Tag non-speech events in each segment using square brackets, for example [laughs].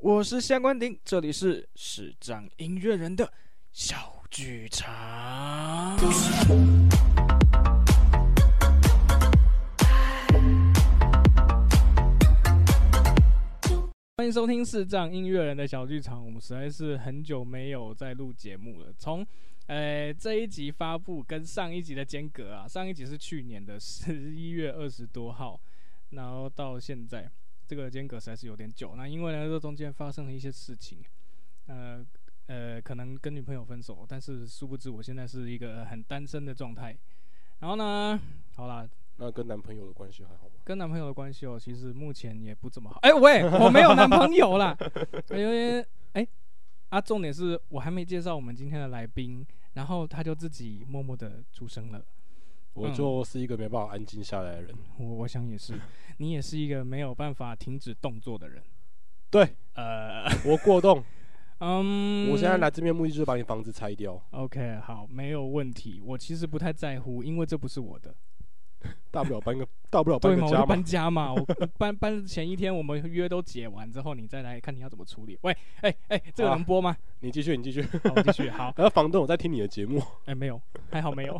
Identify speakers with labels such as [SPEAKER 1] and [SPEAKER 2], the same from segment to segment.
[SPEAKER 1] 我是夏关鼎，这里是视障音乐人的小剧场。欢迎收听视障音乐人的小剧场，我们实在是很久没有在录节目了，从。呃，这一集发布跟上一集的间隔啊，上一集是去年的十一月二十多号，然后到现在这个间隔实在是有点久。那因为呢，这中间发生了一些事情，呃呃，可能跟女朋友分手，但是殊不知我现在是一个很单身的状态。然后呢，好啦，
[SPEAKER 2] 那跟男朋友的关系还好吗？
[SPEAKER 1] 跟男朋友的关系哦，其实目前也不怎么好。哎、喂，我没有男朋友啦， [laughs] 哎有点哎、啊，重点是我还没介绍我们今天的来宾，然后他就自己默默的出声了。嗯
[SPEAKER 2] 我就是一个没办法安静下来
[SPEAKER 1] [laughs]
[SPEAKER 2] 的人。
[SPEAKER 1] 我我想也是，你也是一个没有办法停止动作的人。
[SPEAKER 2] 对
[SPEAKER 1] 呃，
[SPEAKER 2] 我过动，
[SPEAKER 1] 嗯，
[SPEAKER 2] 我现在来这边目的就是把你房子拆掉，
[SPEAKER 1] OK，好，没有问题。我其实不太在乎，因为这不是我的。
[SPEAKER 2] 大不了搬个，大不了
[SPEAKER 1] 对
[SPEAKER 2] 搬
[SPEAKER 1] 嘛，我
[SPEAKER 2] 个家
[SPEAKER 1] 就
[SPEAKER 2] 嘛
[SPEAKER 1] 搬。家嘛，我搬搬的前一天我们约都解完之后，你再来看你要怎么处理。喂，哎、哎、这个
[SPEAKER 2] 好啊
[SPEAKER 1] 能播吗？
[SPEAKER 2] 你继续，你继 [laughs] 续。
[SPEAKER 1] 好，我继续。好，
[SPEAKER 2] 然后房东我在听你的节目，
[SPEAKER 1] 哎、没有，还好没有。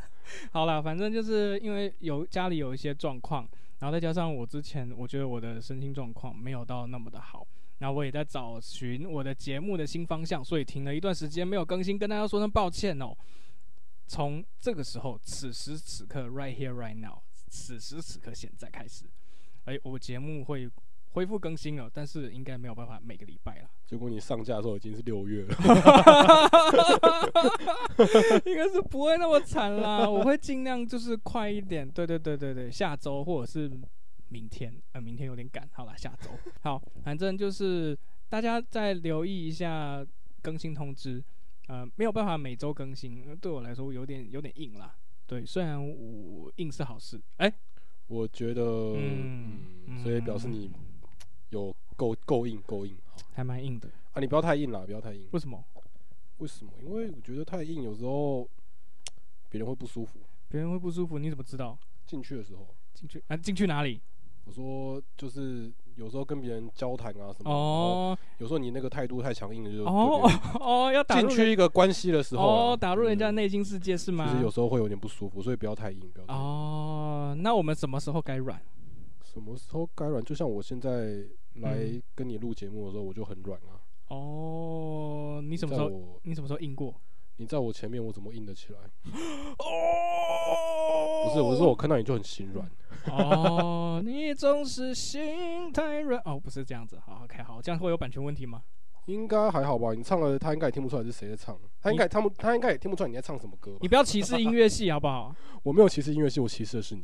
[SPEAKER 1] [laughs] 好啦，反正就是因为有家里有一些状况，然后再加上我之前我觉得我的身心状况没有到那么的好，然后我也在找寻我的节目的新方向，所以停了一段时间没有更新，跟大家说声抱歉哦。从这个时候，此时此刻，right here right now，此时此刻现在开始，哎、我节目会恢复更新哦了，但是应该没有办法每个礼拜啦。
[SPEAKER 2] 结果你上架的时候已经是六月了。
[SPEAKER 1] [laughs] 应该是不会那么惨
[SPEAKER 2] [laughs]
[SPEAKER 1] 啦，我会尽量就是快一点。对对对对对，下周或者是明天，呃，明天有点赶，好啦，下
[SPEAKER 2] [laughs]
[SPEAKER 1] 周。好，反正就是大家再留意一下更新通知，呃，没有办法每周更新，呃对我来说有点有点硬啦。对，虽然我硬是好事，哎、
[SPEAKER 2] 我觉得，
[SPEAKER 1] 嗯
[SPEAKER 2] 嗯，所以表示你有够够硬，够硬。好
[SPEAKER 1] 还蛮硬的。
[SPEAKER 2] 啊，你不要太硬啦，不要太硬。
[SPEAKER 1] 为什么？
[SPEAKER 2] 为什么？因为我觉得太硬有时候别人会不舒服。
[SPEAKER 1] 别人会不舒服，你怎么知道？
[SPEAKER 2] 进去的时候，
[SPEAKER 1] 进去啊，进去哪里？
[SPEAKER 2] 我说就是有时候跟别人交谈啊什么，
[SPEAKER 1] 哦
[SPEAKER 2] 有时候你那个态度太强硬了，就
[SPEAKER 1] 哦
[SPEAKER 2] 就别人
[SPEAKER 1] 哦，要打入
[SPEAKER 2] 进去一个关系的时候啊、
[SPEAKER 1] 哦，打入人家的
[SPEAKER 2] 嗯
[SPEAKER 1] 内心世界是吗？
[SPEAKER 2] 其实有时候会有点不舒服，所以不要太硬，不要太硬。
[SPEAKER 1] 哦，那我们什么时候该软？
[SPEAKER 2] 什么时候该软？就像我现在来
[SPEAKER 1] 嗯
[SPEAKER 2] 跟你录节目的时候，我就很软啊。
[SPEAKER 1] 哦，你什么时
[SPEAKER 2] 在
[SPEAKER 1] 候？
[SPEAKER 2] 我
[SPEAKER 1] 你什么时候硬过？
[SPEAKER 2] 你在我前面，我怎么硬得起来？
[SPEAKER 1] 哦
[SPEAKER 2] 不是，我是说我看到你就很心软。
[SPEAKER 1] 哦，你总是心太软。哦，不是这样子。好，OK，好，这样会有版权问题吗？
[SPEAKER 2] 应该还好吧？你唱了，他应该也听不出来是谁在唱，他应该他们他应该也听不出来你在唱什么歌吧
[SPEAKER 1] 你？不要歧视音乐系好不好？
[SPEAKER 2] 我没有歧视音乐系，我歧视的是你。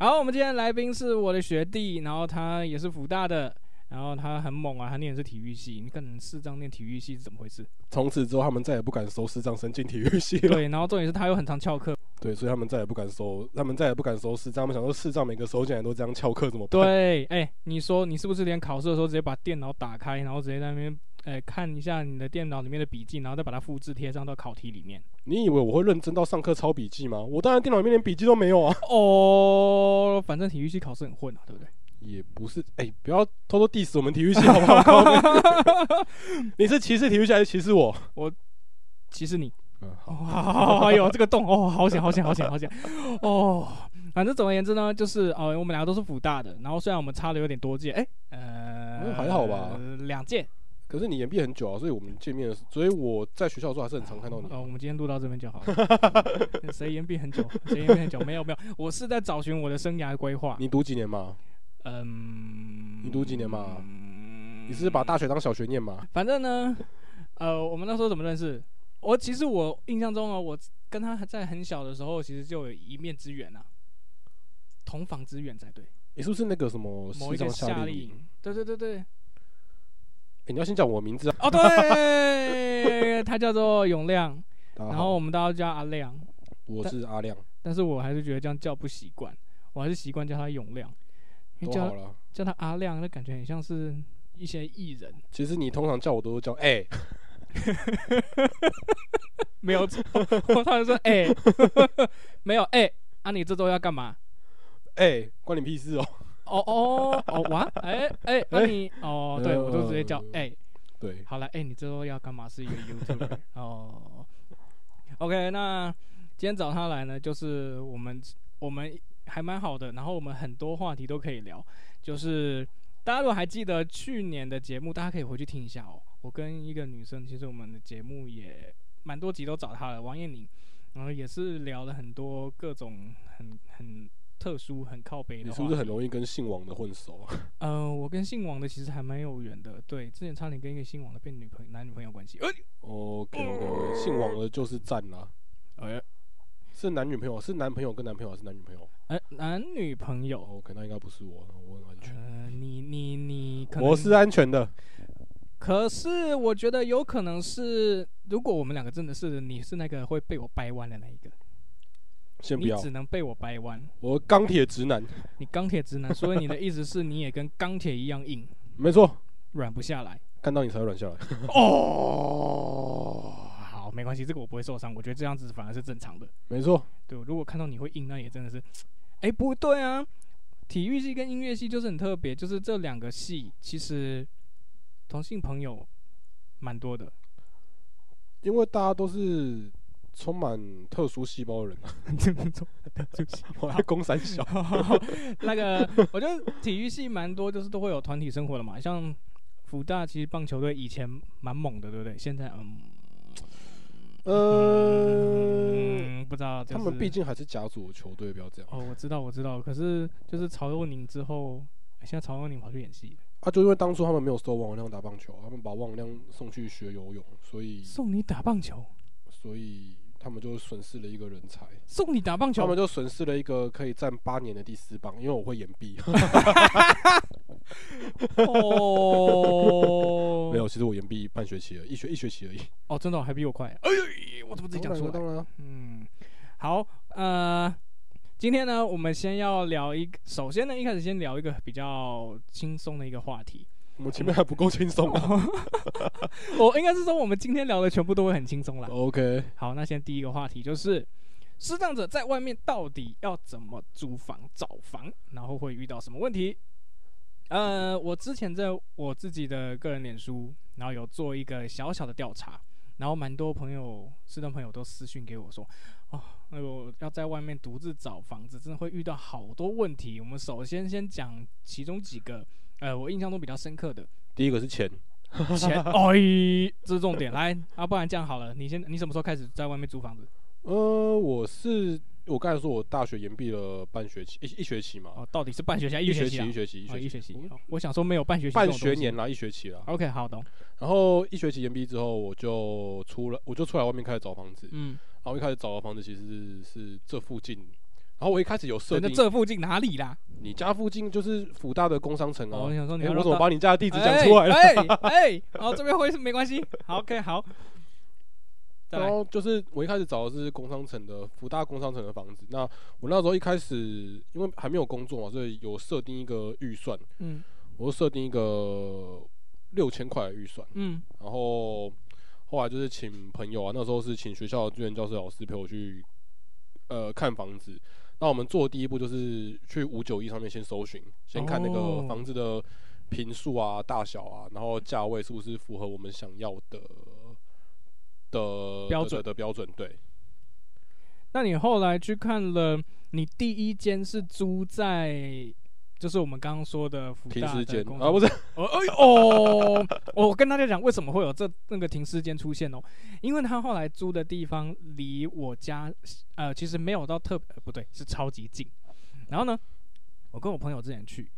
[SPEAKER 1] 好，我们今天来宾是我的学弟，然后他也是福大的，然后他很猛啊，他念的是体育系。你看，视障念体育系是怎么回事？
[SPEAKER 2] 从此之后，他们再也不敢收视障生进体育系了。
[SPEAKER 1] 对，然后重点是他又很常翘课，
[SPEAKER 2] 对，所以他们再也不敢收，他们再也不敢收视障。他们想说视障每个收进来都这样翘课 [laughs] 怎么办？
[SPEAKER 1] 对，哎、你说你是不是连考试的时候直接把电脑打开，然后直接在那边，哎、看一下你的电脑里面的笔记，然后再把它复制贴上到考题里面？
[SPEAKER 2] 你以为我会认真到上课抄笔记吗？我当然电脑里面连笔记都没有啊。
[SPEAKER 1] 哦，反正体育系考试很混啊，对不对？
[SPEAKER 2] 也不是，哎、不要偷偷 diss 我们体育系好不好？ [laughs] 靠背你是歧视体育系还是歧视我？
[SPEAKER 1] 其实你， [laughs]
[SPEAKER 2] 嗯，
[SPEAKER 1] 哦，
[SPEAKER 2] 好，
[SPEAKER 1] 好好好哎呦，这个洞哦，好险，好险，好险，好险，哦。反正总而言之呢，就是哦，我们两个都是辅大的，然后虽然我们差的有点多届，哎、呃，
[SPEAKER 2] 嗯还好吧，
[SPEAKER 1] 两届。
[SPEAKER 2] 可是你延毕很久啊，所以我们见面的时，所以我在学校的时候还是很常看到你。
[SPEAKER 1] 哦，我们今天录到这边就好了。
[SPEAKER 2] [laughs]
[SPEAKER 1] 谁延毕很久？谁延毕很久？没有没有，我是在找寻我的生涯规划。
[SPEAKER 2] 你读几年嘛？
[SPEAKER 1] 嗯，
[SPEAKER 2] 你读几年嘛？你是把大学当小学念吗？
[SPEAKER 1] 反正呢，呃，我们那时候怎么认识？我其实我印象中啊，我跟他在很小的时候，其实就有一面之缘啊，同房之缘才对。
[SPEAKER 2] 你是不是那个什
[SPEAKER 1] 某
[SPEAKER 2] 么视
[SPEAKER 1] 一个
[SPEAKER 2] 障夏
[SPEAKER 1] 夏
[SPEAKER 2] 令
[SPEAKER 1] 令
[SPEAKER 2] 营？
[SPEAKER 1] 营，对对对对，
[SPEAKER 2] 哎、你要先讲我名字啊。
[SPEAKER 1] 哦对，他叫做永亮，
[SPEAKER 2] 大家
[SPEAKER 1] 然
[SPEAKER 2] 好
[SPEAKER 1] 后我们都要叫阿亮，
[SPEAKER 2] 我是阿亮，
[SPEAKER 1] 但是我还是觉得这样叫不习惯，我还是习惯叫他永亮，因为
[SPEAKER 2] 多好
[SPEAKER 1] 叫
[SPEAKER 2] 了。
[SPEAKER 1] 叫他阿亮，那感觉很像是一些艺人，
[SPEAKER 2] 其实你通常叫我都叫哎、
[SPEAKER 1] 没有错，他就说哎、 [laughs] 没有哎、啊你这周要干嘛？
[SPEAKER 2] 哎、关你屁事哦、 [laughs]
[SPEAKER 1] 哦哦哦哇，哎哎，那你哦，对我都直接叫哎，
[SPEAKER 2] 对，
[SPEAKER 1] 好了，哎，你之后要干嘛？是
[SPEAKER 2] [laughs]
[SPEAKER 1] 一个 YouTuber 哦。OK，那今天找他来呢，就是我们我们还蛮好的，然后我们很多话题都可以聊。就是大家如果还记得去年的节目，大家可以回去听一下哦。我跟一个女生，其实我们的节目也蛮多集都找她了，王彦玲，然后也是聊了很多各种很很特殊、很靠北
[SPEAKER 2] 你
[SPEAKER 1] 的话题。
[SPEAKER 2] 是不是很容易跟姓王的混熟啊？
[SPEAKER 1] 呃，我跟姓王的其实还蛮有缘的，对，之前差点跟一个姓王的变女朋男女朋友关系。
[SPEAKER 2] OK OK，姓王的就是赞啦。
[SPEAKER 1] 哎
[SPEAKER 2] 是男女朋友？是男朋友跟男朋友还是男女朋友
[SPEAKER 1] 哎，男女朋友，
[SPEAKER 2] ？OK，那应该不是我，我很安全，
[SPEAKER 1] 呃，你你你可能，
[SPEAKER 2] 我是啊安全的。
[SPEAKER 1] 可是我觉得有可能是，如果我们两个真的是，你是那个会被我掰弯的那一个，
[SPEAKER 2] 先不
[SPEAKER 1] 你
[SPEAKER 2] 要
[SPEAKER 1] 只，能被我掰弯，
[SPEAKER 2] 我钢铁直男，
[SPEAKER 1] 你钢铁
[SPEAKER 2] [laughs]
[SPEAKER 1] 直男，所以你的意思是你也跟钢铁一样硬，
[SPEAKER 2] 没错，
[SPEAKER 1] 软不下
[SPEAKER 2] [laughs]
[SPEAKER 1] 来。
[SPEAKER 2] 看到你才会软下来。
[SPEAKER 1] 哦，好，没关系，这个我不会受伤，我觉得这样子反而是正常的。
[SPEAKER 2] 没错，
[SPEAKER 1] 对，如果看到你会硬，那也真的是，哎、不对啊！体育系跟音乐系就是很特别，就是这两个系其实同性朋友蛮多的。 [laughs]
[SPEAKER 2] 因为大家都是充满特殊细胞的人啊， [laughs] 我还攻三小。
[SPEAKER 1] [laughs] 那个，我觉得体育系蛮多，就是都会有团体生活的嘛。像福大其实棒球队以前蛮猛的，对不对？现在嗯
[SPEAKER 2] 呃，
[SPEAKER 1] 嗯，不知道、就是、
[SPEAKER 2] 他们毕竟还是甲组的球队，不要这样
[SPEAKER 1] 哦，我知道，我知道。可是就是曹佑宁之后，现在曹佑宁跑去演戏了，
[SPEAKER 2] 啊！就因为当初他们没有收王亮打棒球，他们把王亮送去学游泳，所以
[SPEAKER 1] 送你打棒球，
[SPEAKER 2] 所以他们就损失了一个人才。
[SPEAKER 1] 送你打棒球
[SPEAKER 2] 他，们就损失了一个可以站八年的第四棒，因为我会演
[SPEAKER 1] [laughs]
[SPEAKER 2] 臂。
[SPEAKER 1] 哦，
[SPEAKER 2] [laughs] 没有，其实我延毕半学期而已，一学一学期而已。
[SPEAKER 1] 哦，真的、哦、还比我快、哎呦，我怎么自己讲出来
[SPEAKER 2] 当？然啊，
[SPEAKER 1] 嗯，好，呃，今天呢，我们先要聊一个，首先呢，一开始先聊一个比较轻松的一个话题。
[SPEAKER 2] 我们前面还不够轻松
[SPEAKER 1] [laughs]
[SPEAKER 2] 啊。
[SPEAKER 1] 我应该是说，我们今天聊的全部都会很轻松啦。
[SPEAKER 2] OK，
[SPEAKER 1] 好，那先第一个话题就是，视障者在外面到底要怎么租房、找房，然后会遇到什么问题？呃，我之前在我自己的个人脸书，然后有做一个小小的调查，然后蛮多朋友、视障朋友都私讯给我说，哦，那个我要在外面独自找房子，真的会遇到好多问题。我们首先先讲其中几个，呃，我印象中比较深刻的，
[SPEAKER 2] 第一个是钱，
[SPEAKER 1] 钱，哎，这是重点。来，啊，不然这样好了，你先，你什么时候开始在外面租房子？
[SPEAKER 2] 呃，我是我刚才说我大学延毕了半学期，一一学期嘛，
[SPEAKER 1] 哦，到底是半学期还是一
[SPEAKER 2] 一
[SPEAKER 1] 学
[SPEAKER 2] 学
[SPEAKER 1] 期
[SPEAKER 2] 期
[SPEAKER 1] 啊？
[SPEAKER 2] 一学期
[SPEAKER 1] 哦，一
[SPEAKER 2] 一
[SPEAKER 1] 学期
[SPEAKER 2] 我。
[SPEAKER 1] 哦我想说没有半学期这种
[SPEAKER 2] 半
[SPEAKER 1] 东西，
[SPEAKER 2] 学年啦，一学期啦。
[SPEAKER 1] OK，好懂。
[SPEAKER 2] 然后一学期延毕之后，我就出来，我就出来外面开始找房子。
[SPEAKER 1] 嗯，
[SPEAKER 2] 然后一开始找的房子其实是是这附近，然后我一开始有设
[SPEAKER 1] 等着
[SPEAKER 2] 定，
[SPEAKER 1] 哎这附近哪里啦？
[SPEAKER 2] 你家附近就是福大的工商城
[SPEAKER 1] 哦，
[SPEAKER 2] 啊
[SPEAKER 1] 我。想说你
[SPEAKER 2] 哎，
[SPEAKER 1] 要
[SPEAKER 2] 我
[SPEAKER 1] 绕
[SPEAKER 2] 怎么
[SPEAKER 1] 到
[SPEAKER 2] 把你家的地址讲出来了？
[SPEAKER 1] 哎
[SPEAKER 2] [laughs]
[SPEAKER 1] 哎，哎哦，这边会是没关系。好，OK，好。再
[SPEAKER 2] 然
[SPEAKER 1] 来，
[SPEAKER 2] 后就是我一开始找的是工商城的福大工商城的房子。那我那时候一开始因为还没有工作嘛，所以有设定一个预算，
[SPEAKER 1] 嗯
[SPEAKER 2] 我设定一个六千块的预算。
[SPEAKER 1] 嗯
[SPEAKER 2] 然后后来就是请朋友啊，那时候是请学校的志愿教师老师陪我去呃看房子。那我们做的第一步就是去五九一上面先搜寻，先看那
[SPEAKER 1] 哦
[SPEAKER 2] 个房子的平数啊、大小啊，然后价位是不是符合我们想要的的
[SPEAKER 1] 标
[SPEAKER 2] 的
[SPEAKER 1] 准
[SPEAKER 2] 的标准。对，
[SPEAKER 1] 那你后来去看了，你第一间是租在，就是我们刚刚说的福
[SPEAKER 2] 停
[SPEAKER 1] 大
[SPEAKER 2] 尸
[SPEAKER 1] 的
[SPEAKER 2] 间
[SPEAKER 1] 工
[SPEAKER 2] 啊，不是，
[SPEAKER 1] 哦哎呦哦，我跟大家讲为什么会有这那个停尸间出现哦，因为他后来租的地方离我家呃其实没有到特别、呃不对，是超级近。然后呢，我跟我朋友之前去，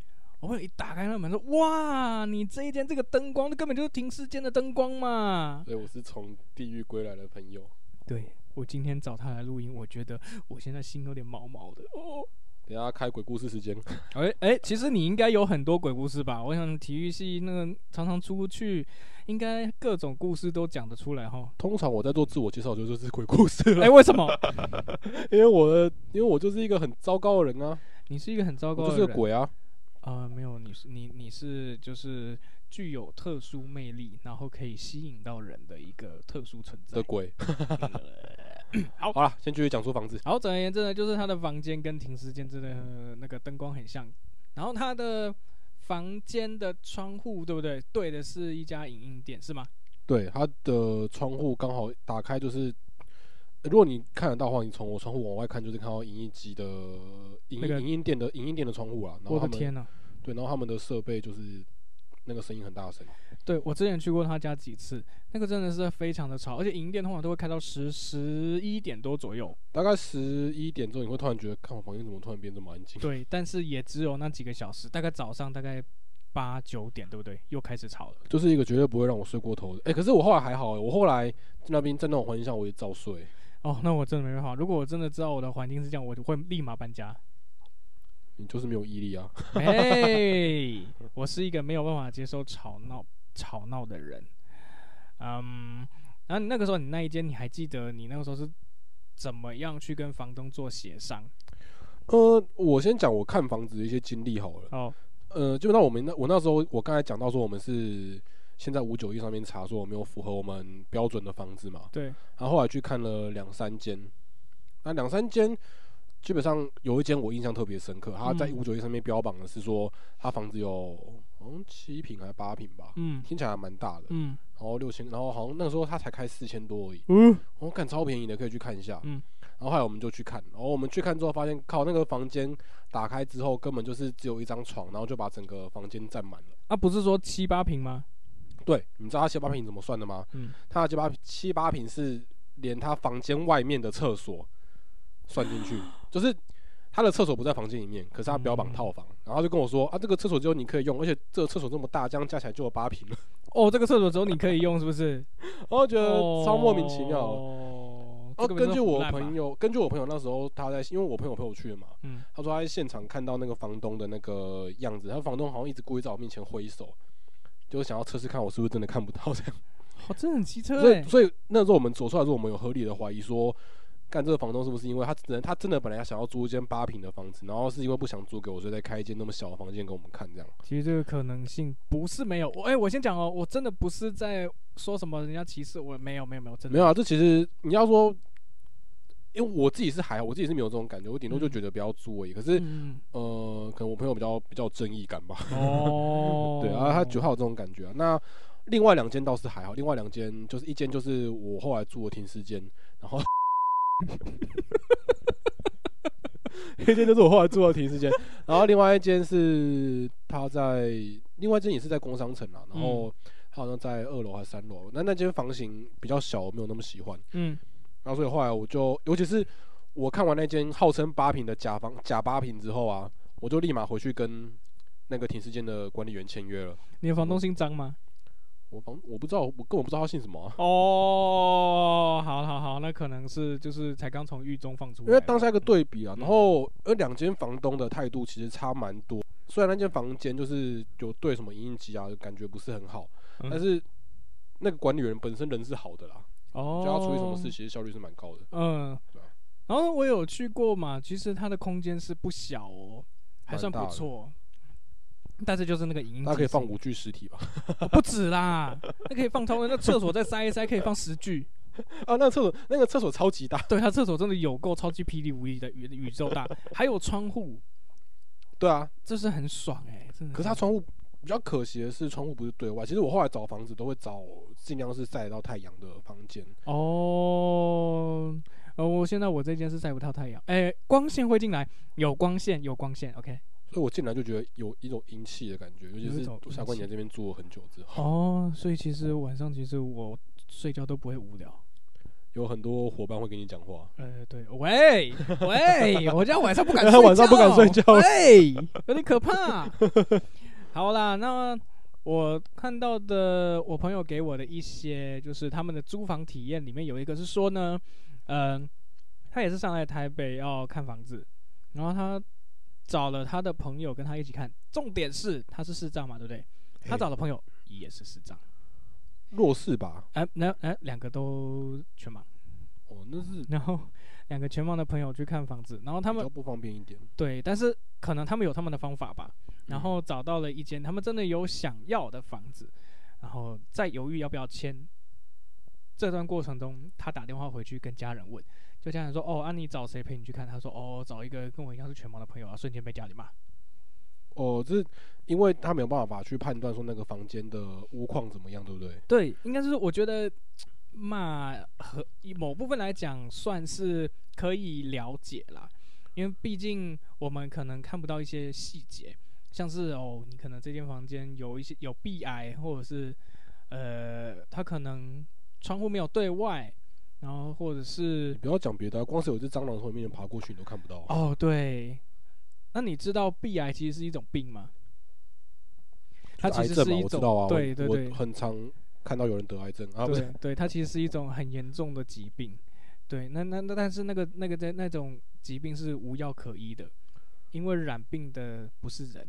[SPEAKER 1] 我朋友一打开那门说：“哇，你这一间这个灯光，那根本就是停尸间的灯光嘛
[SPEAKER 2] 哎对，我是从地狱归来的朋友。！”
[SPEAKER 1] 对我今天找他来录音，我觉得我现在心有点毛毛的哦。
[SPEAKER 2] 等一下开鬼故
[SPEAKER 1] [laughs]
[SPEAKER 2] 事时间，
[SPEAKER 1] 哎、哎、其实你应该有很多鬼故事吧？我想体育系那个常常出去，应该各种故事都讲得出来
[SPEAKER 2] [laughs]
[SPEAKER 1] 哈。
[SPEAKER 2] 通常我在做自我介绍的时候就是鬼故事
[SPEAKER 1] 哎、
[SPEAKER 2] 了，
[SPEAKER 1] 为什么？
[SPEAKER 2] 因为我的因为我就是一个很糟糕的人啊，
[SPEAKER 1] 你是一个很糟糕
[SPEAKER 2] 我
[SPEAKER 1] 的
[SPEAKER 2] 就
[SPEAKER 1] 人，
[SPEAKER 2] 是个鬼啊。
[SPEAKER 1] 啊、没有，你是你你是就是具有特殊魅力，然后可以吸引到人的一个特殊存在
[SPEAKER 2] 的。鬼。
[SPEAKER 1] 好
[SPEAKER 2] [laughs] 好了，先继续讲出房子。
[SPEAKER 1] 然后总而言之呢，就是他的房间跟停尸间真的、呃那个灯光很像，然后他的房间的窗户对不对？对的是一家影音店是吗？
[SPEAKER 2] 对，它的窗户刚好打开，就是如果你看得到的话，你从我窗户往外看，就是看到影印机的影
[SPEAKER 1] 那个
[SPEAKER 2] 影印店的影印店的窗户啊。然后
[SPEAKER 1] 我
[SPEAKER 2] 他
[SPEAKER 1] 的
[SPEAKER 2] 们
[SPEAKER 1] 天呐、
[SPEAKER 2] 对，然后他们的设备就是那个声音很大声，
[SPEAKER 1] 对我之前去过他家几次，那个真的是非常的吵，而且营店通常都会开到十十一点多左右。
[SPEAKER 2] 大概十一点之后，你会突然觉得，看我房间怎么突然变这么安静？
[SPEAKER 1] 对，但是也只有那几个小时，大概早上大概八九点，对不对？又开始吵了。
[SPEAKER 2] 就是一个绝对不会让我睡过头的。哎、可是我后来还好、欸，我后来在那边在那种环境下，我也照睡。
[SPEAKER 1] 哦，那我真的没办法。如果我真的知道我的环境是这样，我就会立马搬家。
[SPEAKER 2] 你就是没有毅力啊！
[SPEAKER 1] 哎，我是一个没有办法接受吵闹吵闹的人。嗯，然后你那个时候你那一间，你还记得你那个时候是怎么样去跟房东做协商？
[SPEAKER 2] 呃，我先讲我看房子的一些经历好了。
[SPEAKER 1] 哦，
[SPEAKER 2] 呃，基本上我们那我那时候我刚才讲到说，我们是先在五九一上面查说有没有符合我们标准的房子嘛，
[SPEAKER 1] 对，
[SPEAKER 2] 然后后来去看了两三间，那两三间基本上有一间我印象特别深刻，它在
[SPEAKER 1] 嗯
[SPEAKER 2] 五九一上面标榜的是说它房子有好像七平还是八平吧，
[SPEAKER 1] 嗯
[SPEAKER 2] 听起来还蛮大的，
[SPEAKER 1] 嗯
[SPEAKER 2] 然后六千，然后好像那时候它才开四千多而已，
[SPEAKER 1] 嗯，
[SPEAKER 2] 我看超便宜的，可以去看一下。
[SPEAKER 1] 嗯
[SPEAKER 2] 然后后来我们就去看，然后我们去看之后发现，靠，那个房间打开之后根本就是只有一张床，然后就把整个房间占满了。
[SPEAKER 1] 啊，不是说七八平吗？
[SPEAKER 2] 对，你知道它七八平怎么算的吗？
[SPEAKER 1] 嗯，
[SPEAKER 2] 它的七八七八平是连他房间外面的厕所算进
[SPEAKER 1] [gasps]
[SPEAKER 2] 去，就是他的厕所不在房间里面，可是他标榜
[SPEAKER 1] 嗯
[SPEAKER 2] 套房，然后他就跟我说啊，这个厕所只有你可以用，而且这个厕所这么大，这样加起来就有八平了。
[SPEAKER 1] 哦，这个厕所只有你可以用，是不是？
[SPEAKER 2] 然后觉得呃超莫名其妙。
[SPEAKER 1] 哦，
[SPEAKER 2] 哦，
[SPEAKER 1] 这个
[SPEAKER 2] 根据我
[SPEAKER 1] 友。
[SPEAKER 2] 朋友，根据我朋友那时候他在，因为我朋友陪我去的嘛，
[SPEAKER 1] 嗯
[SPEAKER 2] 他说他在现场看到那个房东的那个样子，他房东好像一直故意在我面前挥手，就是想要测试看我是不是真的看不到这样。 [laughs]
[SPEAKER 1] 哦，真的很机车
[SPEAKER 2] 所
[SPEAKER 1] 哎
[SPEAKER 2] 以，，所以那时候我们走出来的时候，我们有合理的怀疑说，干这个房东是不是因为他真的他真的本来想要租一间八平的房子，然后是因为不想租给我，所以才开一间那么小的房间给我们看这样。
[SPEAKER 1] 其实这个可能性不是没有。我哎、我先讲哦，我真的不是在说什么人家歧视我，没有没有没有，真的
[SPEAKER 2] 没有啊，这其实你要说。因为我自己是还好，我自己是没有这种感觉，我顶多就
[SPEAKER 1] 嗯
[SPEAKER 2] 觉得不要租而已。可是，
[SPEAKER 1] 嗯
[SPEAKER 2] 呃，可能我朋友比较比较有正义感吧，，
[SPEAKER 1] 哦
[SPEAKER 2] [laughs] 对啊，他九号有这种感觉啊。那另外两间倒是还好，另外两间就是一间就是我后来住的停尸间，然后 [laughs] 一间就是我后来住的停尸间，然后另外一间是他在另外一间也是在工商城啊，然后他好像在二楼还是三楼，那那间房型比较小，我没有那么喜欢。
[SPEAKER 1] 嗯
[SPEAKER 2] 然后所以后来我就，尤其是我看完那间号称八平的假房假八平之后啊，我就立马回去跟那个停尸间的管理员签约了。
[SPEAKER 1] 你的房东姓张吗？
[SPEAKER 2] 我房我不知道，我根本不知道他姓什么啊、
[SPEAKER 1] 哦，好好好，那可能是就是才刚从狱中放出来，
[SPEAKER 2] 因为当下一个对比啊，
[SPEAKER 1] 嗯
[SPEAKER 2] 然后呃两间房东的态度其实差蛮多。虽然那间房间就是有对什么影印机啊，感觉不是很好，
[SPEAKER 1] 嗯
[SPEAKER 2] 但是那个管理员本身人是好的啦，
[SPEAKER 1] 哦
[SPEAKER 2] 就，他处理什么事，其实效率是蛮高的。
[SPEAKER 1] 嗯
[SPEAKER 2] 对啊，
[SPEAKER 1] 然后我有去过嘛，其实它的空间是不小哦，还
[SPEAKER 2] 蛮
[SPEAKER 1] 算
[SPEAKER 2] 大
[SPEAKER 1] 不
[SPEAKER 2] 的
[SPEAKER 1] 错。但是就是那个影音机是，
[SPEAKER 2] 他可以放五具尸体吧？ [laughs]
[SPEAKER 1] 哦不止啦，那可以放超多，那厕所再塞一塞，可以放十具。
[SPEAKER 2] 啊，那个厕所那个厕所超级大，
[SPEAKER 1] 对，它厕所真的有够超级霹雳无敌的宇宇宙大，还有窗户，
[SPEAKER 2] 对啊，
[SPEAKER 1] 这是很爽哎、真的。
[SPEAKER 2] 可是它窗户比较可惜的是，窗户不是对外。其实我后来找房子都会找尽量是晒得到太阳的房间。
[SPEAKER 1] 哦，呃，我现在我这间是晒不到太阳，哎、光线会进来，有光线，有光线，OK。
[SPEAKER 2] 所以我进来就觉得有一种阴气的感觉，尤其
[SPEAKER 1] 有一
[SPEAKER 2] 是
[SPEAKER 1] 种
[SPEAKER 2] 我下
[SPEAKER 1] 阴
[SPEAKER 2] 关
[SPEAKER 1] 气
[SPEAKER 2] 你在这边住了很久之后，
[SPEAKER 1] 哦，所以其实晚上其实我睡觉都不会无聊。
[SPEAKER 2] 有很多伙伴会跟你讲话。
[SPEAKER 1] 呃，对，喂喂，我今天晚上不敢
[SPEAKER 2] [laughs] 晚上不敢睡觉
[SPEAKER 1] 喂，有点可怕。好啦，那我看到的我朋友给我的一些，就是他们的租房体验里面有一个是说呢，嗯、他也是上来台北要看房子，然后他找了他的朋友跟他一起看，重点是他是视障嘛，对不对？他
[SPEAKER 2] 诶
[SPEAKER 1] 找的朋友也是视障，
[SPEAKER 2] 弱势吧？
[SPEAKER 1] 哎、那哎、两个都全盲。
[SPEAKER 2] 哦，那是
[SPEAKER 1] 然后两个全盲的朋友去看房子，然后他
[SPEAKER 2] 比
[SPEAKER 1] 们
[SPEAKER 2] 较不方便一点。
[SPEAKER 1] 对，但是可能他们有他们的方法吧，然后找到了一间他们真的有想要的房子，然后再犹豫要不要签。这段过程中，他打电话回去跟家人问，就家人说：“哦，啊，你找谁陪你去看？”他说：“哦，找一个跟我一样是全盲的朋友啊。”瞬间被家里骂。
[SPEAKER 2] 哦，就是因为他没有办法去判断说那个房间的屋况怎么样，对不对？
[SPEAKER 1] 对，应该是我觉得骂和以某部分来讲算是可以了解啦，因为毕竟我们可能看不到一些细节，像是哦，你可能这间房间有一些有壁癌，或者是呃，它可能窗户没有对外，然后或者是
[SPEAKER 2] 你不要讲别的啊，光是有一只蟑螂从你面前爬过去，你都看不到啊。
[SPEAKER 1] 哦，对。那你知道 B 癌其实是一种病吗？它
[SPEAKER 2] 就
[SPEAKER 1] 其
[SPEAKER 2] 是
[SPEAKER 1] 实
[SPEAKER 2] 癌症
[SPEAKER 1] 是
[SPEAKER 2] 嘛，
[SPEAKER 1] 一
[SPEAKER 2] 我知
[SPEAKER 1] 种
[SPEAKER 2] 道啊，我
[SPEAKER 1] 对对对
[SPEAKER 2] 我很常看到有人得癌症啊，不是
[SPEAKER 1] 对对，它其实是一种很严重的疾病。对，那那那但是那个那个在那种疾病是无药可医的，因为染病的不是
[SPEAKER 2] [laughs]
[SPEAKER 1] 人，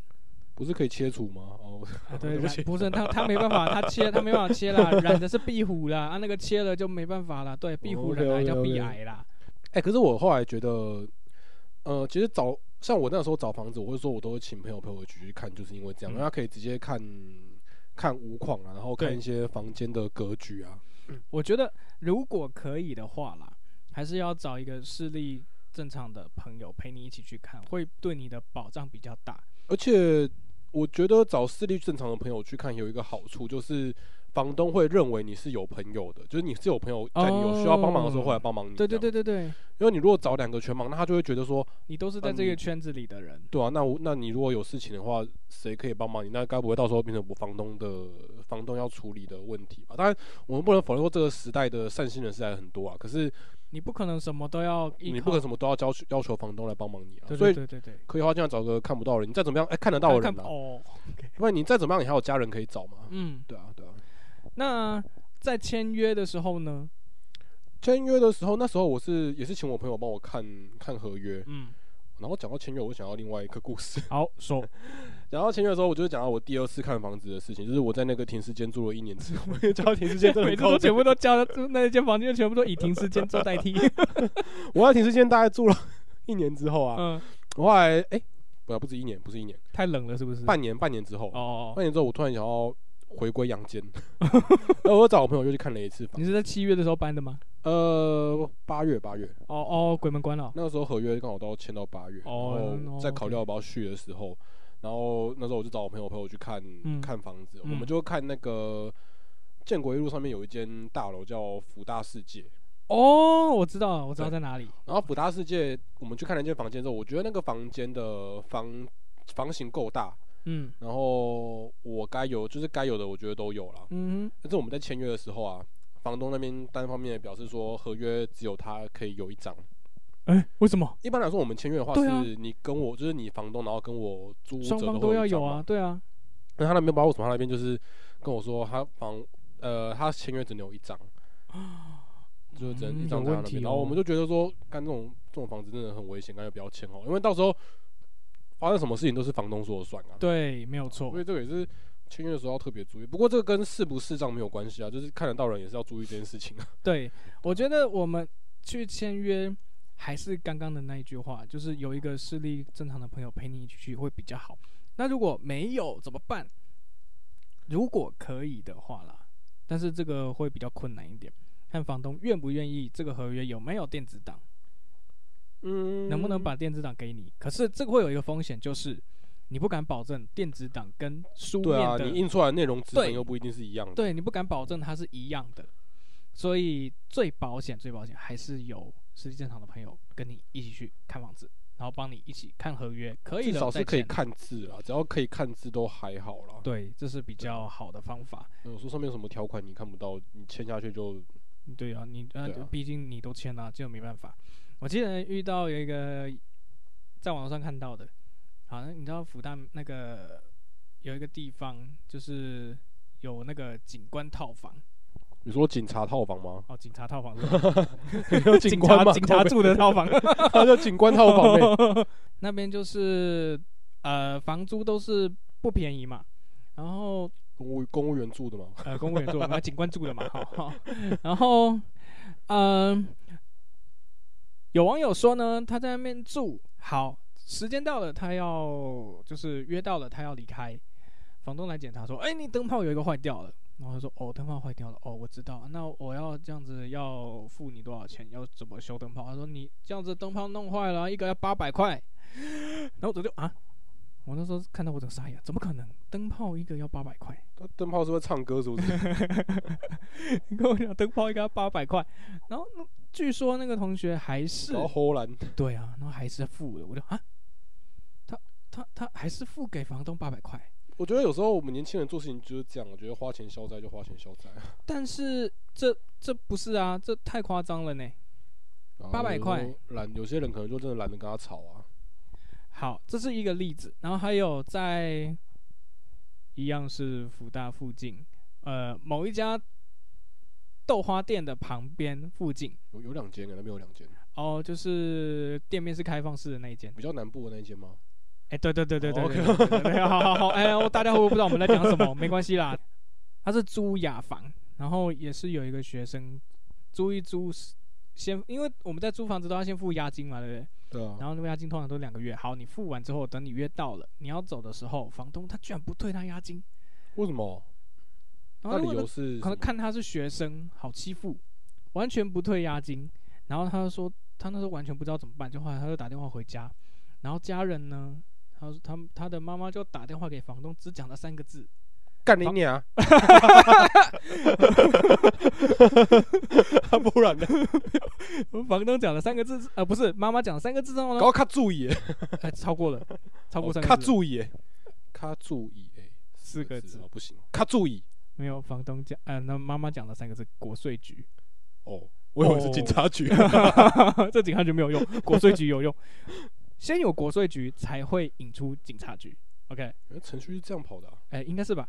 [SPEAKER 2] 不是可以切除吗？哦，
[SPEAKER 1] 啊、
[SPEAKER 2] 对
[SPEAKER 1] 对，
[SPEAKER 2] 不
[SPEAKER 1] 染
[SPEAKER 2] 起
[SPEAKER 1] 不是他他没办法，他切他没办法切啦，染的是壁虎啦，啊那个切了就没办法啦，对，壁虎染癌叫
[SPEAKER 2] 哦 OK，OK，OK
[SPEAKER 1] 壁癌啦，
[SPEAKER 2] 哎、可是我后来觉得，呃，其实找像我那时候找房子，我会说我都会请朋友陪我一起去看，就是因为这样，
[SPEAKER 1] 嗯
[SPEAKER 2] 因为他可以直接看看屋况啊，然后看
[SPEAKER 1] 对
[SPEAKER 2] 一些房间的格局啊。
[SPEAKER 1] 我觉得如果可以的话啦，还是要找一个视力正常的朋友陪你一起去看，会对你的保障比较大。
[SPEAKER 2] 而且我觉得找视力正常的朋友去看有一个好处，就是房东会认为你是有朋友的，就是你是有朋友在你有需要帮忙的时候
[SPEAKER 1] 哦
[SPEAKER 2] 会来帮忙你。
[SPEAKER 1] 对对对，对对，
[SPEAKER 2] 因为你如果找两个全盲，那他就会觉得说，
[SPEAKER 1] 你都是在
[SPEAKER 2] 嗯
[SPEAKER 1] 这个圈子里的人。
[SPEAKER 2] 对啊，那我那你如果有事情的话，谁可以帮忙你？那该不会到时候变成我房东的房东要处理的问题吧？当然，我们不能否认说这个时代的善心人士还很多啊，可是
[SPEAKER 1] 你不可能什么都要依靠。
[SPEAKER 2] 你不可能什么都要要求要求房东来帮忙你啊。
[SPEAKER 1] 对
[SPEAKER 2] 所
[SPEAKER 1] 对
[SPEAKER 2] 以
[SPEAKER 1] 对对对，
[SPEAKER 2] 可以的话，尽量找个看不到的人，你再怎么样，哎、看得到的
[SPEAKER 1] 看
[SPEAKER 2] 人
[SPEAKER 1] 看
[SPEAKER 2] 啊，
[SPEAKER 1] 哦，
[SPEAKER 2] 不然你再怎么样，你还有家人可以找嘛。
[SPEAKER 1] 嗯，
[SPEAKER 2] 对啊，对啊。
[SPEAKER 1] 那在签约的时候呢？
[SPEAKER 2] 签约的时候，那时候我是也是请我朋友帮我看看合约，
[SPEAKER 1] 嗯，
[SPEAKER 2] 然后讲到签约，我想要另外一个故事。 [laughs]
[SPEAKER 1] 好说，
[SPEAKER 2] 讲到签约的时候，我就是讲到我第二次看房子的事情，就是我在那个停尸间住了一年之后，因为讲到停尸间真的
[SPEAKER 1] 每
[SPEAKER 2] 很
[SPEAKER 1] 次都
[SPEAKER 2] 靠
[SPEAKER 1] 全部都交，那间房间全部都以停尸间做代
[SPEAKER 2] [laughs]
[SPEAKER 1] 替。
[SPEAKER 2] 我在停尸间大概住了一年之后啊，
[SPEAKER 1] 嗯，
[SPEAKER 2] 我后来哎、不不不止一年，不是一年，
[SPEAKER 1] 太冷了是不是？
[SPEAKER 2] 半年，半年之后，
[SPEAKER 1] 嗯哦，
[SPEAKER 2] 半年之后我突然想要回归阳
[SPEAKER 1] [laughs]
[SPEAKER 2] 间，然后我找我朋友就去看了一次房，
[SPEAKER 1] 你是在七月的时候搬的吗？
[SPEAKER 2] 呃，八月八月
[SPEAKER 1] 哦哦，鬼门关了。
[SPEAKER 2] 那个时候合约刚好都要签到八月，然
[SPEAKER 1] 哦
[SPEAKER 2] 后
[SPEAKER 1] 嗯
[SPEAKER 2] 在
[SPEAKER 1] ，OK
[SPEAKER 2] 考虑要不要续的时候，然后那时候我就找我朋友陪我去看
[SPEAKER 1] 嗯
[SPEAKER 2] 看房子，我
[SPEAKER 1] 嗯
[SPEAKER 2] 们就看那个建国一路上面有一间大楼叫福大世界，
[SPEAKER 1] 哦，我知道，我知道
[SPEAKER 2] 对
[SPEAKER 1] 在哪里。
[SPEAKER 2] 然后福大世界，我们去看了一间房间之后，我觉得那个房间的房房型够大，
[SPEAKER 1] 嗯
[SPEAKER 2] 然后我该有就是该有的，我觉得都有了。
[SPEAKER 1] 嗯
[SPEAKER 2] 但是我们在签约的时候啊，房东那边单方面的表示说，合约只有他可以有一张。
[SPEAKER 1] 哼，哎，为什么
[SPEAKER 2] 一般来说，我们签约的话
[SPEAKER 1] 对啊
[SPEAKER 2] 是你跟我，就是你房东，然后跟我租屋者
[SPEAKER 1] 双方
[SPEAKER 2] 都
[SPEAKER 1] 都
[SPEAKER 2] 会
[SPEAKER 1] 要
[SPEAKER 2] 一张
[SPEAKER 1] 有
[SPEAKER 2] 嘛
[SPEAKER 1] 啊？。对啊，
[SPEAKER 2] 那他那边不知道为什么，他那边就是跟我说他房呃他签约只能有一张，
[SPEAKER 1] [gasps]
[SPEAKER 2] 就是只能一
[SPEAKER 1] 嗯
[SPEAKER 2] 张
[SPEAKER 1] 有
[SPEAKER 2] 在他
[SPEAKER 1] 问
[SPEAKER 2] 那
[SPEAKER 1] 题
[SPEAKER 2] 边。然后我
[SPEAKER 1] 哦
[SPEAKER 2] 们就觉得说，干这种这种房子真的很危险，干脆不要签哦，因为到时候发生什么事情都是房东说了算啊。
[SPEAKER 1] 对，没有错
[SPEAKER 2] 所。以这个也是签约的时候要特别注意。不过这个跟视不视障没有关系啊，就是看得到人也是要注意这件事情啊。
[SPEAKER 1] 对，我觉得我们去签约还是刚刚的那一句话，就是有一个视力正常的朋友陪你一起去会比较好。那如果没有怎么办？如果可以的话啦，但是这个会比较困难一点，看房东愿不愿意，这个合约有没有电子档，
[SPEAKER 2] 嗯
[SPEAKER 1] 能不能把电子档给你？可是这个会有一个风险，就是你不敢保证电子档跟书
[SPEAKER 2] 对
[SPEAKER 1] 面
[SPEAKER 2] 啊，
[SPEAKER 1] 的
[SPEAKER 2] 你印出来的内容纸本
[SPEAKER 1] 对
[SPEAKER 2] 又不一定是一样的。
[SPEAKER 1] 对你不敢保证它是一样的，所以最保险、最保险还是有实际正常的朋友跟你一起去看房子，然后帮你一起看合约，可以
[SPEAKER 2] 至
[SPEAKER 1] 的
[SPEAKER 2] 少
[SPEAKER 1] 再
[SPEAKER 2] 是可以
[SPEAKER 1] 签。
[SPEAKER 2] 看字啦，只要可以看字都还好啦。
[SPEAKER 1] 对，这是比较好的方法。
[SPEAKER 2] 有时候上面有什么条款你看不到，你签下去就
[SPEAKER 1] 对啊，你呃
[SPEAKER 2] 对啊，
[SPEAKER 1] 毕竟你都签了、这就没办法。我记得遇到有一个在网上看到的，好像你知道复旦那个有一个地方就是有那个警官套房
[SPEAKER 2] 你说警察套
[SPEAKER 1] [laughs]
[SPEAKER 2] 房吗？
[SPEAKER 1] 哦，警察套房是
[SPEAKER 2] [laughs]
[SPEAKER 1] 吧
[SPEAKER 2] 有
[SPEAKER 1] 警
[SPEAKER 2] 官
[SPEAKER 1] 察
[SPEAKER 2] 吗？
[SPEAKER 1] 警察住的套房。
[SPEAKER 2] 他叫警官套
[SPEAKER 1] [laughs]
[SPEAKER 2] 房呗。
[SPEAKER 1] 那边就是呃，房租都是不便宜嘛，然后
[SPEAKER 2] 公务公务员住的嘛，
[SPEAKER 1] 呃，公务员住的嘛，警官住的嘛，好好，然后嗯、有网友说呢，他在那边住，好，时间到了，他要就是约到了，他要离开，房东来检查说，哎、你灯泡有一个坏掉了。然后他说：“哦，灯泡坏掉了。哦，我知道。那我要这样子，要付你多少钱？要怎么修灯泡？”他说：“你这样子灯泡弄坏了，一个要八百块。”然后我就啊，我那时候看到我整个傻眼，怎么可能？灯泡一个要八百块，
[SPEAKER 2] 他灯泡是会唱歌是不是？
[SPEAKER 1] 你跟我讲灯泡一个要八百块，然后那据说那个同学还是
[SPEAKER 2] 然后荷兰，
[SPEAKER 1] 对啊，然后还是付了，我就啊，他他他还是付给房东八百块，
[SPEAKER 2] 我觉得有时候我们年轻人做事情就是这样，我觉得花钱消灾就花钱消灾。
[SPEAKER 1] 但是这这不是啊，这太夸张了呢。
[SPEAKER 2] 然后
[SPEAKER 1] 800
[SPEAKER 2] 有时
[SPEAKER 1] 块
[SPEAKER 2] 候懒，有些人可能就真的懒得跟他吵啊。
[SPEAKER 1] 好，这是一个例子，然后还有在一样是福大附近，呃，某一家豆花店的旁边附近，
[SPEAKER 2] 有有两间欸，那边有两间，
[SPEAKER 1] 哦，就是店面是开放式的那一间。
[SPEAKER 2] 比较南部的那一间吗？
[SPEAKER 1] 哎、对对对对对
[SPEAKER 2] 哦
[SPEAKER 1] 对对对对，好好好，哎、我大家会不会不知道我们在讲什么？没关系啦，他是租雅房，然后也是有一个学生租一租，先因为我们在租房子都要先付押金嘛，对不对？
[SPEAKER 2] 对啊，
[SPEAKER 1] 然后那个押金通常都两个月，好，你付完之后，等你约到了你要走的时候，房东他居然不退他押金，
[SPEAKER 2] 为什么？
[SPEAKER 1] 然
[SPEAKER 2] 那
[SPEAKER 1] 后
[SPEAKER 2] 理
[SPEAKER 1] 如
[SPEAKER 2] 由
[SPEAKER 1] 果
[SPEAKER 2] 是
[SPEAKER 1] 可
[SPEAKER 2] 什么
[SPEAKER 1] 能看他是学生，好欺负，完全不退押金，然后他就说他那时候完全不知道怎么办，就后来他就打电话回家，然后家人呢，他说他们他的妈妈就打电话给房东，只讲了三个字，
[SPEAKER 2] 干你娘！啊 [laughs] 不然呢？
[SPEAKER 1] [laughs] 房东讲了三个字，呃，不是妈妈讲了三个字之后呢，
[SPEAKER 2] 搞卡注意欸，
[SPEAKER 1] 哎，超过了，超过三
[SPEAKER 2] 卡
[SPEAKER 1] 个字，
[SPEAKER 2] 注意欸，卡注意欸，
[SPEAKER 1] 四个字
[SPEAKER 2] 哦，不行，卡注意
[SPEAKER 1] 没有房东讲，呃，那妈妈讲了三个字，国税局。 [laughs]
[SPEAKER 2] 哦，哎我以为是警察 [laughs] 局。
[SPEAKER 1] 这警察局没有用，国税局有用。先有国税局才会引出警察局。OK，
[SPEAKER 2] 原来程序是这样跑的啊，
[SPEAKER 1] 哎、应该是吧、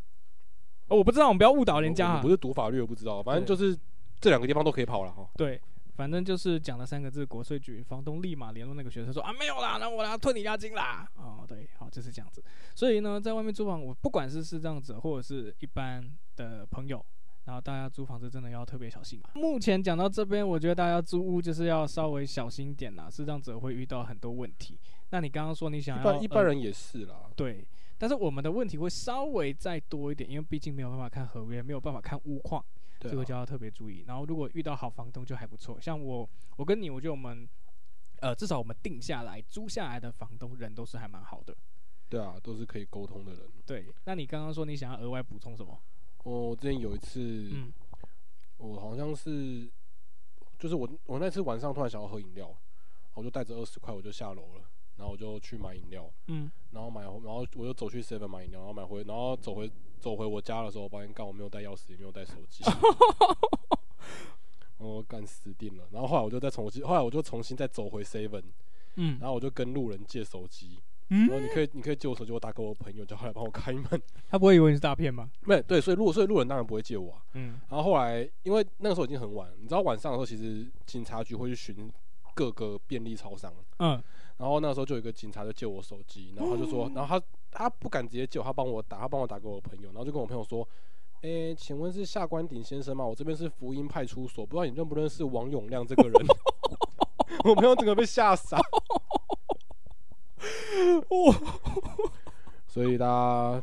[SPEAKER 1] 哦我不知道，我们不要误导人家
[SPEAKER 2] 我
[SPEAKER 1] 啊
[SPEAKER 2] 我不。是读法律，我不知道，反正
[SPEAKER 1] 对
[SPEAKER 2] 就是这两个地方都可以跑了哈。
[SPEAKER 1] 对，反正就是讲了三个字，国税局，房东立马联络那个学生说啊，没有啦，那我要退你押金啦。哦，对，好，就是这样子。所以呢，在外面租房，我不管是视障者或者是一般的朋友。然后大家租房子真的要特别小心啊。目前讲到这边，我觉得大家租屋就是要稍微小心一点啦，视障者会遇到很多问题。那你刚刚说你想
[SPEAKER 2] 一
[SPEAKER 1] 要
[SPEAKER 2] 般一般
[SPEAKER 1] 呃
[SPEAKER 2] 人也是啦，
[SPEAKER 1] 对，但是我们的问题会稍微再多一点，因为毕竟没有办法看合约，没有办法看屋况，
[SPEAKER 2] 对
[SPEAKER 1] 这个就
[SPEAKER 2] 啊，
[SPEAKER 1] 要特别注意。然后如果遇到好房东就还不错，像我，我跟你，我觉得我们，呃，至少我们定下来租下来的房东人都是还蛮好的。
[SPEAKER 2] 对啊，都是可以沟通的人。
[SPEAKER 1] 对，那你刚刚说你想要额外补充什么？
[SPEAKER 2] 哦我我之前有一次，
[SPEAKER 1] 嗯，
[SPEAKER 2] 我好像是，就是我我那次晚上突然想要喝饮料，我就带着二十块我就下楼了，然后我就去买饮料，
[SPEAKER 1] 嗯，
[SPEAKER 2] 然后买回，然后我就走去 seven 买饮料，然后买回，然后走回走回我家的时候，发现干我没有带钥匙，也没有带手机，我干死定了。然后后来我就再重新，后来我就重新再走回 seven，
[SPEAKER 1] 嗯
[SPEAKER 2] 然后我就跟路人借手机，然后
[SPEAKER 1] 嗯，
[SPEAKER 2] 你可以你可以借我手机，我打给我朋友，叫他来帮我开门。 [laughs]
[SPEAKER 1] 他不会以为你是诈骗吗？
[SPEAKER 2] 没对，所以路所以路人当然不会借我啊。
[SPEAKER 1] 嗯，
[SPEAKER 2] 然后后来，因为那个时候已经很晚，你知道晚上的时候，其实警察局会去巡各个便利超商。
[SPEAKER 1] 嗯，
[SPEAKER 2] 然后那个时候就有一个警察就借我手机，然后他就说，然后他他不敢直接借我，他帮我打，他帮我打给我朋友，然后就跟我朋友说，诶，请问是夏关鼎先生吗？我这边是福音派出所，不知道你认不认识王永亮这个人？ [laughs] 我朋友整个被吓傻。 [laughs]
[SPEAKER 1] 哇，
[SPEAKER 2] 所以大家，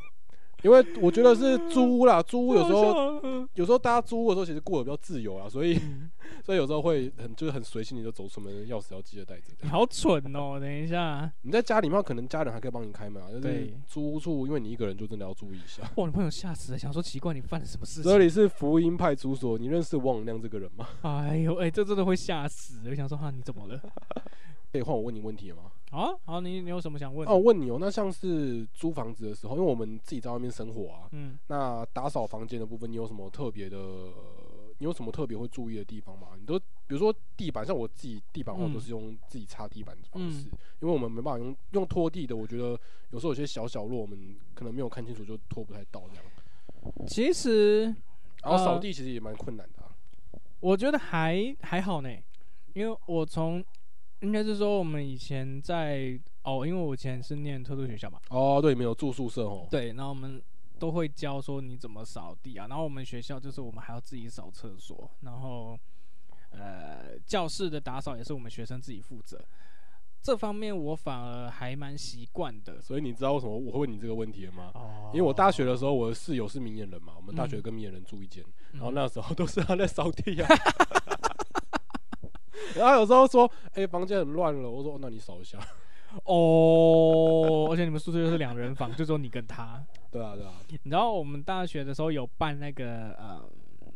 [SPEAKER 2] 因为我觉得是租屋 [laughs] 啦，租屋有时候
[SPEAKER 1] 候，
[SPEAKER 2] 有时候大家租屋的时候，其实过得比较自由啊，所以
[SPEAKER 1] 嗯
[SPEAKER 2] 所以有时候会很就是很随性，你就走出门，钥匙要记得带着。
[SPEAKER 1] 你好蠢哦！等一下，
[SPEAKER 2] 你在家里面可能家人还可以帮你开门啊，就是
[SPEAKER 1] 对
[SPEAKER 2] 租屋处，因为你一个人就真的要注意一下。
[SPEAKER 1] 哇，你朋友吓死了，想说奇怪你犯了什么事情
[SPEAKER 2] 这？里是福音派出所，你认识王永亮这个人
[SPEAKER 1] [laughs]
[SPEAKER 2] 吗？
[SPEAKER 1] 哎呦，哎、这真的会吓死！我想说，啊哈、你怎么了？
[SPEAKER 2] 可以换我问你问题吗？
[SPEAKER 1] 好啊，好，你你有什么想问的？
[SPEAKER 2] 哦，我问你哦，那像是租房子的时候，因为我们自己在外面生活啊，
[SPEAKER 1] 嗯，
[SPEAKER 2] 那打扫房间的部分，你有什么特别的？你有什么特别会注意的地方吗？你都比如说地板，像我自己地板我
[SPEAKER 1] 嗯
[SPEAKER 2] 都是用自己擦地板的方
[SPEAKER 1] 嗯
[SPEAKER 2] 式，因为我们没办法用用拖地的。我觉得有时候有些小角落我们可能没有看清楚，就拖不太到这样。
[SPEAKER 1] 其实
[SPEAKER 2] 然后扫
[SPEAKER 1] 呃
[SPEAKER 2] 地其实也蛮困难的啊、
[SPEAKER 1] 我觉得还还好呢，因为我从应该是说我们以前在哦，因为我以前是念特殊学校嘛，
[SPEAKER 2] 哦，对，没有住宿舍哦。
[SPEAKER 1] 对，然后我们都会教说你怎么扫地啊，然后我们学校就是我们还要自己扫厕所，然后呃教室的打扫也是我们学生自己负责，这方面我反而还蛮习惯的。
[SPEAKER 2] 所以你知道为什么我会问你这个问题了吗？
[SPEAKER 1] 哦
[SPEAKER 2] 因为我大学的时候，我的室友是明眼人嘛，我们大学
[SPEAKER 1] 嗯
[SPEAKER 2] 跟明眼人住一间，
[SPEAKER 1] 嗯
[SPEAKER 2] 然后那时候都是他在扫地 [laughs] 啊。然后有时候说，哎、房间很乱了，我说、哦那你扫一下。
[SPEAKER 1] [laughs] 哦，而且你们宿舍又是两人房，就只有你跟他。
[SPEAKER 2] 对啊，对啊，
[SPEAKER 1] 你知道我们大学的时候有办那个呃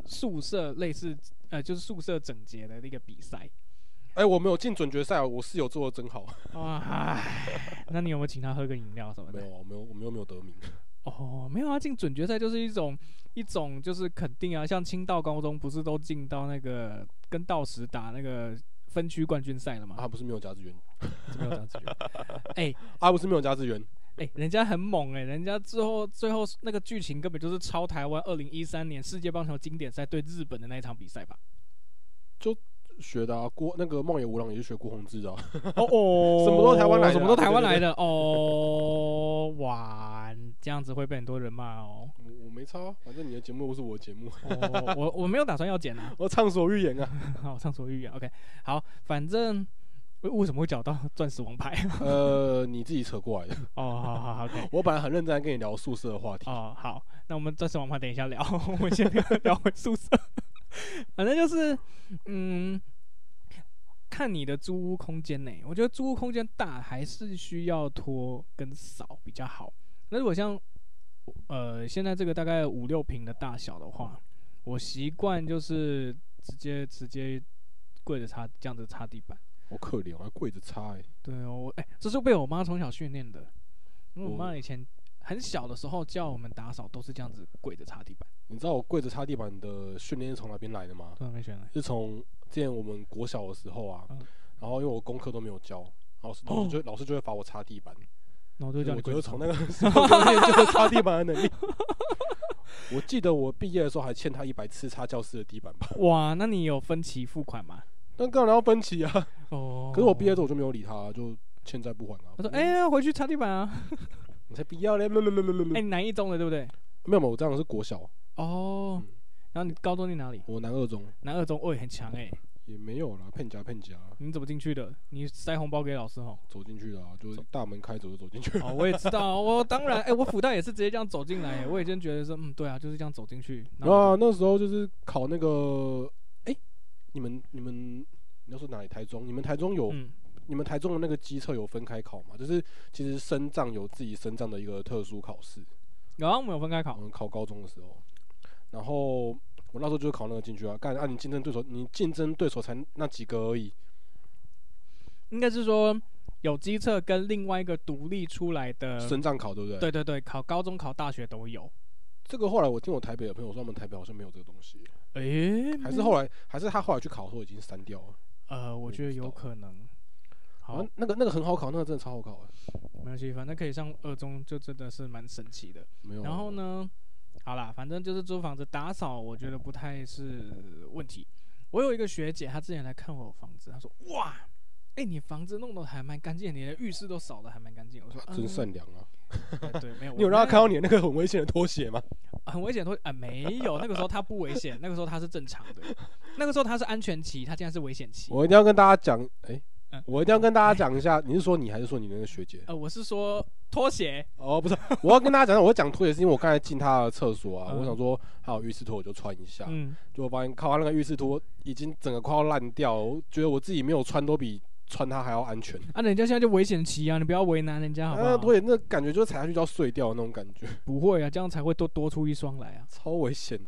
[SPEAKER 1] 宿舍类似呃就是宿舍整洁的那个比赛。
[SPEAKER 2] 哎、我没有进准决赛啊，我室友做的真好。
[SPEAKER 1] 哇，唉那你有没有请他喝个饮料什么
[SPEAKER 2] [laughs] 没
[SPEAKER 1] 的？
[SPEAKER 2] 有啊，嗯我没有，我们又没有得名。
[SPEAKER 1] 哦，没有啊，进准决赛就是一种一种就是肯定啊，像清道高中不是都进到那个跟道时打那个分区冠军赛了吗？
[SPEAKER 2] 啊，不是没有加资源，
[SPEAKER 1] 怎么有这样子觉得？哎、
[SPEAKER 2] 啊，不是没有加资源。
[SPEAKER 1] [laughs] 哎、人家很猛哎、人家最后最后那个剧情根本就是抄台湾二零一三年世界棒球经典赛对日本的那一场比赛吧？
[SPEAKER 2] 学的啊，郭那个梦野无郎也是学郭宏志的、啊，
[SPEAKER 1] 哦哦
[SPEAKER 2] [laughs] 什么都台湾来的啊
[SPEAKER 1] 什么都台湾
[SPEAKER 2] 对对
[SPEAKER 1] 来
[SPEAKER 2] 对
[SPEAKER 1] 的哦，哇，这样子会被很多人骂哦。
[SPEAKER 2] 我我没差、啊，反正你的节目不是我的节目，
[SPEAKER 1] 哦、我我没有打算要剪啊，
[SPEAKER 2] [laughs]
[SPEAKER 1] [laughs]
[SPEAKER 2] 我畅所欲言 [laughs] 啊。
[SPEAKER 1] 好，畅所欲言。OK，好，反正为为什么会讲到钻石王牌？ [laughs]
[SPEAKER 2] 呃，你自己扯过来的，
[SPEAKER 1] 哦，好好好，OK。
[SPEAKER 2] 我本来很认真在跟你聊宿舍的话题。
[SPEAKER 1] 哦，好，那我们钻石王牌等一下聊， [laughs] 我们先聊聊回宿舍。 [laughs] 反正就是，嗯，看你的租屋空间呢、我觉得租屋空间大还是需要拖跟扫比较好。那如果像呃现在这个大概五六平的大小的话，我习惯就是直接直接跪着擦这样子擦地板。
[SPEAKER 2] 好可怜，哦我还跪着擦、欸。
[SPEAKER 1] 对哦，我哎、这是被我妈从小训练的。因为我
[SPEAKER 2] 我
[SPEAKER 1] 妈以前很小的时候教我们打扫，都是这样子跪着擦地板。
[SPEAKER 2] 你知道我跪着擦地板的训练是从哪边来的吗？
[SPEAKER 1] 突然啊被选了。
[SPEAKER 2] 是从之前我们国小的时候啊，
[SPEAKER 1] 嗯
[SPEAKER 2] 然后因为我功课都没有交，老师老师就、老师就会罚我擦地板，
[SPEAKER 1] 然后就
[SPEAKER 2] 所以
[SPEAKER 1] 叫
[SPEAKER 2] 我
[SPEAKER 1] 你
[SPEAKER 2] 就
[SPEAKER 1] 跪着
[SPEAKER 2] 是
[SPEAKER 1] 擦
[SPEAKER 2] 从那个 [laughs] 时候就练就了擦地板的能力。我记得我毕业的时候还欠他一百次擦教室的地板吧，
[SPEAKER 1] 哇，那你有分期付款吗？
[SPEAKER 2] 但当然要分期啊。
[SPEAKER 1] 哦
[SPEAKER 2] 可是我毕业之后我就没有理他、啊就欠债不还啊。
[SPEAKER 1] 他说：“哎、呀，回去擦地板啊！
[SPEAKER 2] 你才不要嘞！没没没没没
[SPEAKER 1] 哎、
[SPEAKER 2] 没，
[SPEAKER 1] 你南一中的对不对？
[SPEAKER 2] 没有没有，我这样是国小，
[SPEAKER 1] 哦
[SPEAKER 2] 嗯，
[SPEAKER 1] 然后你高中念哪里？
[SPEAKER 2] 我南二中
[SPEAKER 1] 南二中，哦，也很强哎、
[SPEAKER 2] 也没有啦，骗家骗家，
[SPEAKER 1] 你怎么进去的？你塞红包给老师 [laughs] 哦。
[SPEAKER 2] 走进去的啊，就是大门开走就走进
[SPEAKER 1] [laughs]
[SPEAKER 2] 去。
[SPEAKER 1] 哦，我也知道，我当然，哎、我辅大也是直接这样走进来、哎我也真觉得说，嗯，对啊，就是这样走进去。然后
[SPEAKER 2] 啊，那时候就是考那个，哎、你们你们你要说哪里？台中？你们台中有、
[SPEAKER 1] 嗯，
[SPEAKER 2] 你们台中的那个机测有分开考吗？就是其实升障有自己升障的一个特殊考试，
[SPEAKER 1] 然后我们有分开考
[SPEAKER 2] 我，们考高中的时候，然后我那时候就是考那个进去啊，干按、啊、你竞争对手，你竞争对手才那几个而已，
[SPEAKER 1] 应该是说有机测跟另外一个独立出来的，
[SPEAKER 2] 升障考对不对？
[SPEAKER 1] 嗯对对对，考高中、考大学都有。
[SPEAKER 2] 这个后来我听我台北的朋友说，他们台北好像没有这个东西，
[SPEAKER 1] 哎、
[SPEAKER 2] 还是后来还是他后来去考的时候已经删掉了。
[SPEAKER 1] 呃，我
[SPEAKER 2] 我
[SPEAKER 1] 觉
[SPEAKER 2] 不
[SPEAKER 1] 得
[SPEAKER 2] 知
[SPEAKER 1] 有
[SPEAKER 2] 道嗯
[SPEAKER 1] 可能。
[SPEAKER 2] 然
[SPEAKER 1] 好
[SPEAKER 2] 后，那个那个很好考，那个真的超好考的。
[SPEAKER 1] 没关系，反正可以上二中，就真的是蛮神奇的。
[SPEAKER 2] 没有。啊
[SPEAKER 1] 然后？呢，好啦，反正就是租房子打扫，我觉得不太是问题。我有一个学姐，她之前来看我房子，她说：“哇，哎、你房子弄得还蛮干净，你的浴室都扫得还蛮干净。”我说：“
[SPEAKER 2] 真
[SPEAKER 1] 嗯
[SPEAKER 2] 善良啊！
[SPEAKER 1] 对对，没有。”
[SPEAKER 2] [laughs] 你有让他看到你那个很危险的拖鞋吗？
[SPEAKER 1] 很危险的东西啊？没有，那个时候她不危险，那个时候她是正常的，那个时候她是安全期，她现在是危险期。
[SPEAKER 2] 我一定要跟大家讲，哎、
[SPEAKER 1] 嗯
[SPEAKER 2] 我一定要跟大家讲一下，你是说你还是说你那个学姐？
[SPEAKER 1] 呃，我是说拖鞋，
[SPEAKER 2] [laughs] 哦，不是， [laughs] 我要跟大家讲，我讲拖鞋是因为我刚才进他的厕所啊，
[SPEAKER 1] 嗯
[SPEAKER 2] 我想说还有浴室拖我就穿一下，
[SPEAKER 1] 嗯，
[SPEAKER 2] 结果发现靠他那个浴室拖已经整个快要烂掉了，我觉得我自己没有穿都比穿它还要安全。啊
[SPEAKER 1] 啊，人家现在就危险期啊，你不要为难人家好不
[SPEAKER 2] 那
[SPEAKER 1] 好？
[SPEAKER 2] 个拖鞋那感觉就是踩下去就要碎掉的那种感觉，
[SPEAKER 1] 不会啊，这样才会多多出一双来啊。
[SPEAKER 2] 超危险。